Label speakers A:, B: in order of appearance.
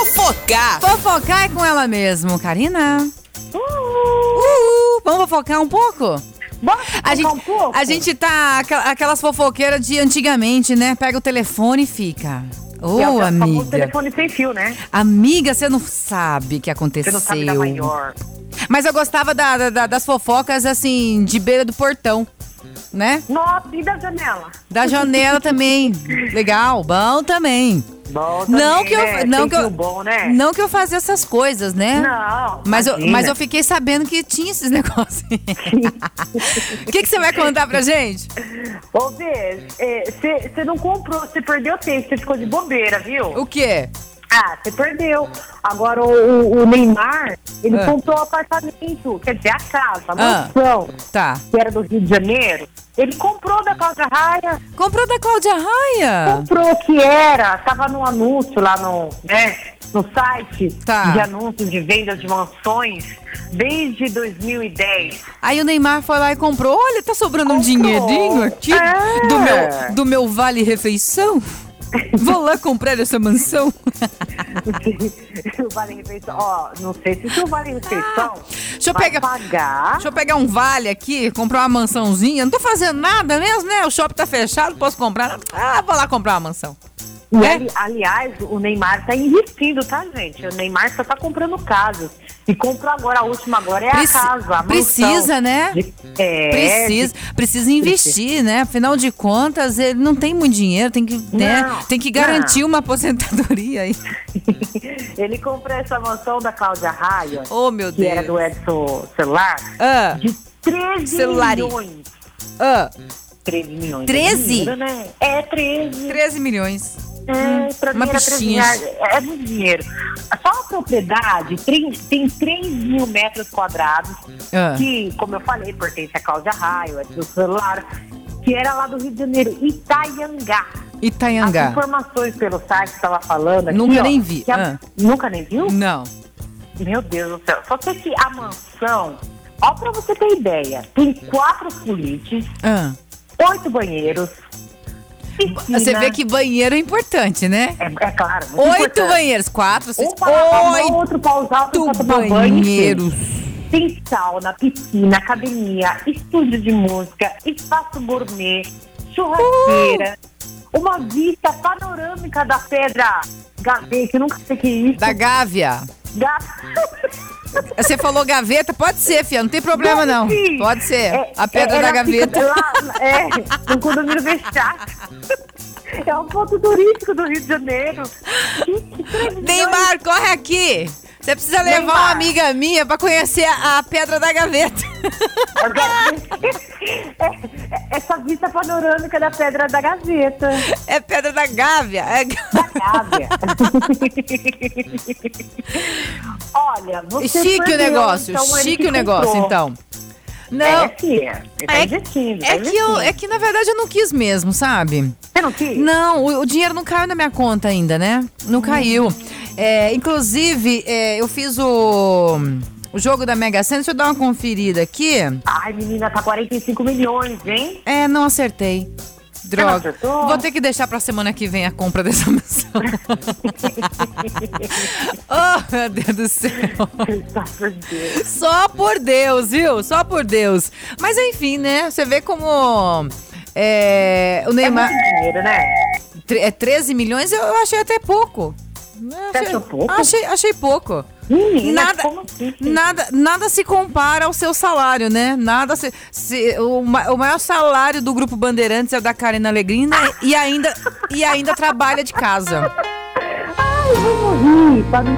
A: Fofocar!
B: Fofocar é com ela mesmo, Karina.
C: Uhul.
B: Uhul. Vamos fofocar um pouco?
C: Vamos
B: A
C: focar
B: gente,
C: um pouco?
B: a gente tá aqua- aquelas fofoqueiras de antigamente, né? Pega o telefone e fica. Ô,
C: É o que é o famoso
B: amiga.
C: telefone sem fio, né?
B: Amiga, você não sabe o que aconteceu.
C: Você não sabe da maior.
B: Mas eu gostava da- da- da- das fofocas, assim, de beira do portão, né?
C: Nossa, e da janela?
B: Da janela também. Legal, bom também.
C: Bom,
B: Não
C: também,
B: que eu,
C: né?
B: não
C: Sem
B: que eu,
C: fio bom, né?
B: não que eu fazia essas coisas, né?
C: Não,
B: Mas eu,
C: imagina.
B: mas eu fiquei sabendo que tinha esses negócios. O que, que você vai contar pra gente?
C: Ô, Vê, você não comprou, você perdeu tempo, você ficou de bobeira, viu?
B: O quê?
C: Ah, você perdeu. Agora, o, o- o Neymar, ele
B: Ah.
C: comprou o apartamento, quer dizer, a casa, a
B: Ah.
C: mansão,
B: Tá.
C: que era do Rio de Janeiro. Ele comprou da Casa Raia,
B: Comprou da Cláudia Raia?
C: comprou o que era, tava no anúncio lá no, né, no site
B: Tá.
C: de anúncios de vendas de mansões desde 2010.
B: Aí o Neymar foi lá e comprou. Olha, tá sobrando um
C: Comprou.
B: dinheirinho aqui
C: É.
B: do meu, do meu vale refeição. Vou lá comprar essa mansão.
C: o Vale Refeição, ó, não sei se o seu Vale Refeição
B: Ah, Deixa eu
C: vai
B: pegar-
C: pagar.
B: Deixa eu pegar um vale aqui, comprar uma mansãozinha. Não tô fazendo nada mesmo, né? O shopping tá fechado, posso comprar. nada. Ah, vou lá comprar uma mansão.
C: E,
B: É?
C: ali- aliás, o Neymar tá investindo, tá, gente? O Neymar só tá comprando casas. E comprou agora, a última agora é a
B: Preci-
C: casa. A mansão.
B: precisa, né?
C: De- é,
B: Precisa, precisa investir, né? Afinal de contas, ele não tem muito dinheiro, tem que, né?
C: Não,
B: tem que
C: não.
B: garantir uma aposentadoria aí.
C: Ele comprou essa mansão da Cláudia Raia,
B: Oh, meu
C: que era
B: Deus.
C: do Edson Celular,
B: Ah,
C: de 13
B: Celular.
C: milhões.
B: ah,
C: 13 milhões.
B: 13?
C: É, dinheiro, né? é 13.
B: 13 milhões.
C: É, pra
B: uma
C: mim era 13
B: pichinha.
C: reais. É muito dinheiro. Só a propriedade tem, tem 3 mil metros quadrados,
B: Ah.
C: que, como eu falei, pertence à Cláudia Raio, é do celular, que era lá do Rio de Janeiro, Itaiangá. As
B: Itaiangá.
C: informações pelo site que estava falando aqui,
B: Nunca
C: ó,
B: nem vi.
C: que a-
B: Ah.
C: Nunca nem viu?
B: Não.
C: Meu Deus do céu. Só sei que a mansão, ó pra você ter ideia, tem quatro suítes,
B: Ah.
C: oito banheiros, piscina.
B: Você vê que banheiro é importante, né?
C: É, é claro. muito
B: Oito
C: importante.
B: banheiros. Quatro, seis.
C: Um para lavar a mão,
B: Oito
C: outro para usar, outro pra tomar banho. enfim.
B: banheiros.
C: Tem sauna, piscina, academia, estúdio de música, espaço gourmet, churrasqueira,
B: Uh!
C: uma vista panorâmica da pedra Gavê, que eu nunca sei que é isso.
B: Da Gávea.
C: Da-
B: Você falou gaveta? Pode ser, Fia. Não tem problema, não.
C: Sim.
B: Pode ser.
C: É,
B: A pedra
C: é,
B: da
C: ela
B: gaveta.
C: fica lá, é, no condomínio fechado. É um ponto turístico do Rio de Janeiro. Que- que tremendo.
B: Neymar, corre aqui! Você precisa levar
C: Neymar.
B: uma amiga minha pra conhecer a, a Pedra da Gaveta.
C: É- Essa vista panorâmica da Pedra da Gaveta.
B: É Pedra da Gávea. É...
C: Da Gávea. Olha, você
B: Chique o
C: perdeu,
B: negócio,
C: então, ele
B: chique
C: que
B: o negócio,
C: comprou.
B: então.
C: É,
B: Não,
C: filha. ele tá
B: É-
C: investindo, tá
B: é que, eu,
C: investindo.
B: é que na verdade eu não quis mesmo, sabe?
C: Você não quis?
B: Não, o, o dinheiro não caiu na minha conta ainda, né?
C: Hum.
B: Não caiu. É, inclusive, é, eu fiz o, o jogo da Mega Sena. Deixa eu dar uma conferida aqui.
C: Ai, menina, tá 45 milhões, hein?
B: É, não acertei.
C: não
B: Droga.
C: acertou?
B: Vou ter que deixar pra semana que vem a compra dessa mansão. oh, meu Deus do céu.
C: Tá perdendo.
B: Só por Deus, viu? Só por Deus. Mas enfim, né? Você vê como. é, o
C: É
B: Neymar.
C: muito dinheiro, né?
B: tre- é 13 milhões, eu achei até pouco. Eu
C: Você achou pouco?
B: Achei, achei pouco.
C: Menina,
B: Nada-
C: como assim?
B: Nada, nada se compara ao seu salário, né? Nada se, se- o, ma- o maior salário do grupo Bandeirantes é o da Karina Alegrina e ainda, e ainda trabalha de casa.
C: Ai, vamos rir, tá